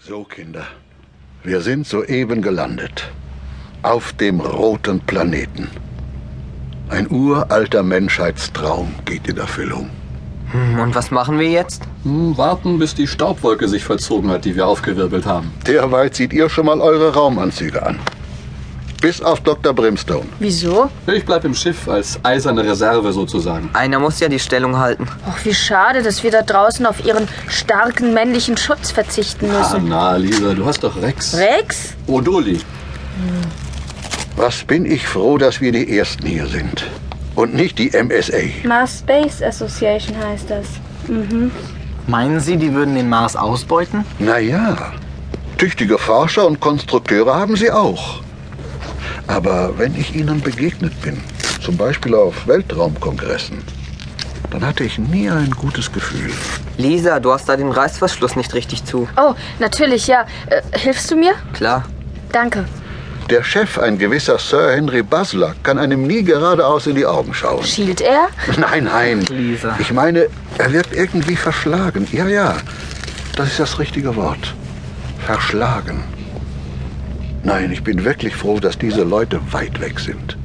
So, Kinder, wir sind soeben gelandet. Auf dem roten Planeten. Ein uralter Menschheitstraum geht in Erfüllung. Hm, Und was machen wir jetzt? Hm, Warten, bis die Staubwolke sich verzogen hat, die wir aufgewirbelt haben. Derweil zieht ihr schon mal eure Raumanzüge an. Bis auf Dr. Brimstone. Wieso? Ich bleib im Schiff als eiserne Reserve sozusagen. Einer muss ja die Stellung halten. Ach, wie schade, dass wir da draußen auf ihren starken männlichen Schutz verzichten Ah, müssen. na, Lisa, du hast doch Rex. Rex? Odoli. Was bin ich froh, dass wir die Ersten hier sind. Und nicht die MSA. Mars Space Association heißt das. Meinen Sie, die würden den Mars ausbeuten? Naja, tüchtige Forscher und Konstrukteure haben sie auch. Aber wenn ich ihnen begegnet bin, zum Beispiel auf Weltraumkongressen, dann hatte ich nie ein gutes Gefühl. Lisa, du hast da den Reißverschluss nicht richtig zu. Oh, natürlich, ja. Äh, hilfst du mir? Klar. Danke. Der Chef, ein gewisser Sir Henry Buzzlack, kann einem nie geradeaus in die Augen schauen. Schielt er? Nein, nein. Lisa. Ich meine, er wirkt irgendwie verschlagen. Ja, ja. Das ist das richtige Wort. Verschlagen. Nein, ich bin wirklich froh, dass diese Leute weit weg sind.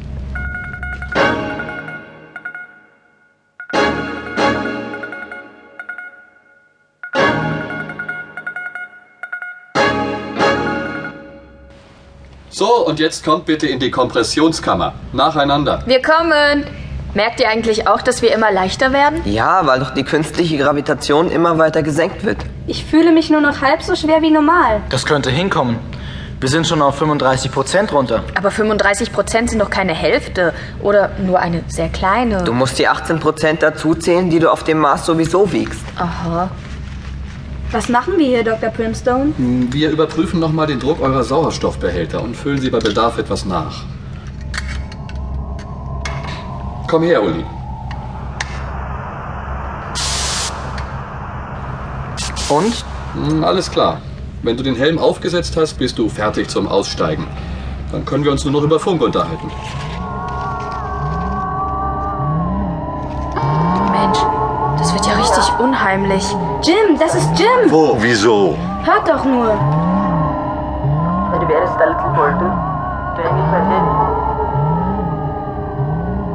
So, und jetzt kommt bitte in die Kompressionskammer. Nacheinander. Wir kommen. Merkt ihr eigentlich auch, dass wir immer leichter werden? Ja, weil doch die künstliche Gravitation immer weiter gesenkt wird. Ich fühle mich nur noch halb so schwer wie normal. Das könnte hinkommen. Wir sind schon auf 35 Prozent runter. Aber 35 Prozent sind doch keine Hälfte. Oder nur eine sehr kleine. Du musst die 18% dazuzählen, die du auf dem Mars sowieso wiegst. Aha. Was machen wir hier, Dr. Primstone? Wir überprüfen nochmal den Druck eurer Sauerstoffbehälter und füllen sie bei Bedarf etwas nach. Komm her, Uli. Und? Hm, alles klar. Wenn du den Helm aufgesetzt hast, bist du fertig zum Aussteigen. Dann können wir uns nur noch über Funk unterhalten. Mensch, das wird ja richtig unheimlich. Jim, das ist Jim! Wo? Wieso? Hört doch nur! പരിവേറെ സ്ഥലത്ത് പോയിട്ട് ട്രെയിനിൽ തന്നെ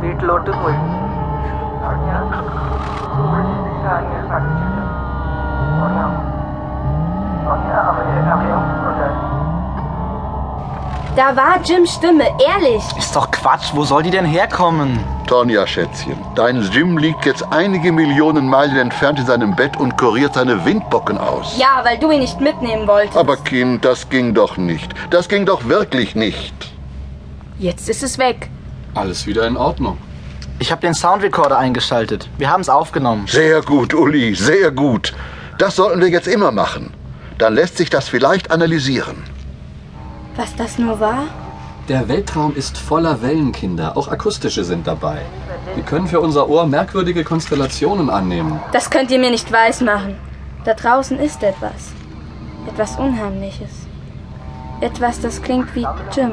വീട്ടിലോട്ട് പോയി അവിടെ ഞാൻ കാര്യങ്ങൾ പഠിച്ചിട്ട് പറയാം പറയാം അവരെ അവരെ ഉണ്ടായിരുന്നു Da war Jims Stimme, ehrlich! Ist doch Quatsch. Wo soll die denn herkommen? Tonja, Schätzchen, dein Jim liegt jetzt einige Millionen Meilen entfernt in seinem Bett und kuriert seine Windbocken aus. Ja, weil du ihn nicht mitnehmen wolltest. Aber Kind, das ging doch nicht. Das ging doch wirklich nicht. Jetzt ist es weg. Alles wieder in Ordnung. Ich habe den Soundrecorder eingeschaltet. Wir haben es aufgenommen. Sehr gut, Uli, sehr gut. Das sollten wir jetzt immer machen. Dann lässt sich das vielleicht analysieren. Was das nur war? Der Weltraum ist voller Wellenkinder, auch akustische sind dabei. Wir können für unser Ohr merkwürdige Konstellationen annehmen. Das könnt ihr mir nicht weismachen. Da draußen ist etwas. Etwas Unheimliches. Etwas, das klingt wie Jim.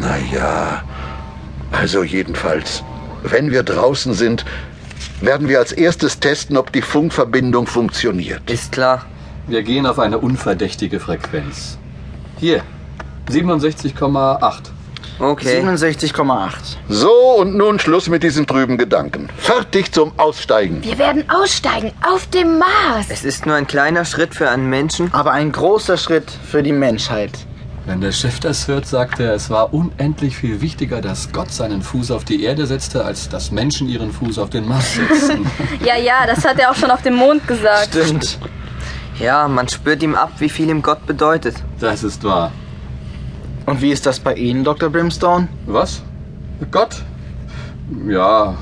Naja, also jedenfalls, wenn wir draußen sind, werden wir als erstes testen, ob die Funkverbindung funktioniert. Ist klar. Wir gehen auf eine unverdächtige Frequenz. Hier, 67,8. Okay. 67,8. So, und nun Schluss mit diesen trüben Gedanken. Fertig zum Aussteigen. Wir werden aussteigen auf dem Mars. Es ist nur ein kleiner Schritt für einen Menschen. Aber ein großer Schritt für die Menschheit. Wenn der Chef das hört, sagt er, es war unendlich viel wichtiger, dass Gott seinen Fuß auf die Erde setzte, als dass Menschen ihren Fuß auf den Mars setzten. Ja, ja, das hat er auch schon auf dem Mond gesagt. Stimmt. Ja, man spürt ihm ab, wie viel ihm Gott bedeutet. das ist wahr. Und wie ist das bei Ihnen, Dr. Brimstone? Was? Gott? Ja,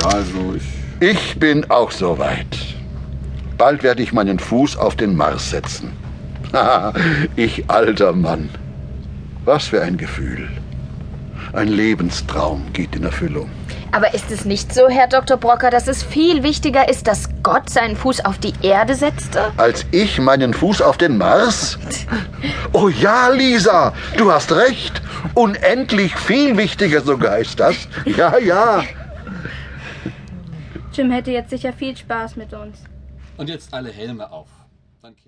ja, also ich. Ich bin auch soweit. Bald werde ich meinen Fuß auf den Mars setzen. Haha, ich alter Mann. Was für ein Gefühl. Ein Lebenstraum geht in Erfüllung. Aber ist es nicht so, Herr Dr. Brocker, dass es viel wichtiger ist, dass Gott seinen Fuß auf die Erde setzte? Als ich meinen Fuß auf den Mars? Oh ja, Lisa, du hast recht. Unendlich viel wichtiger sogar ist das. Ja, ja. Jim hätte jetzt sicher viel Spaß mit uns. Und jetzt alle Helme auf. Danke.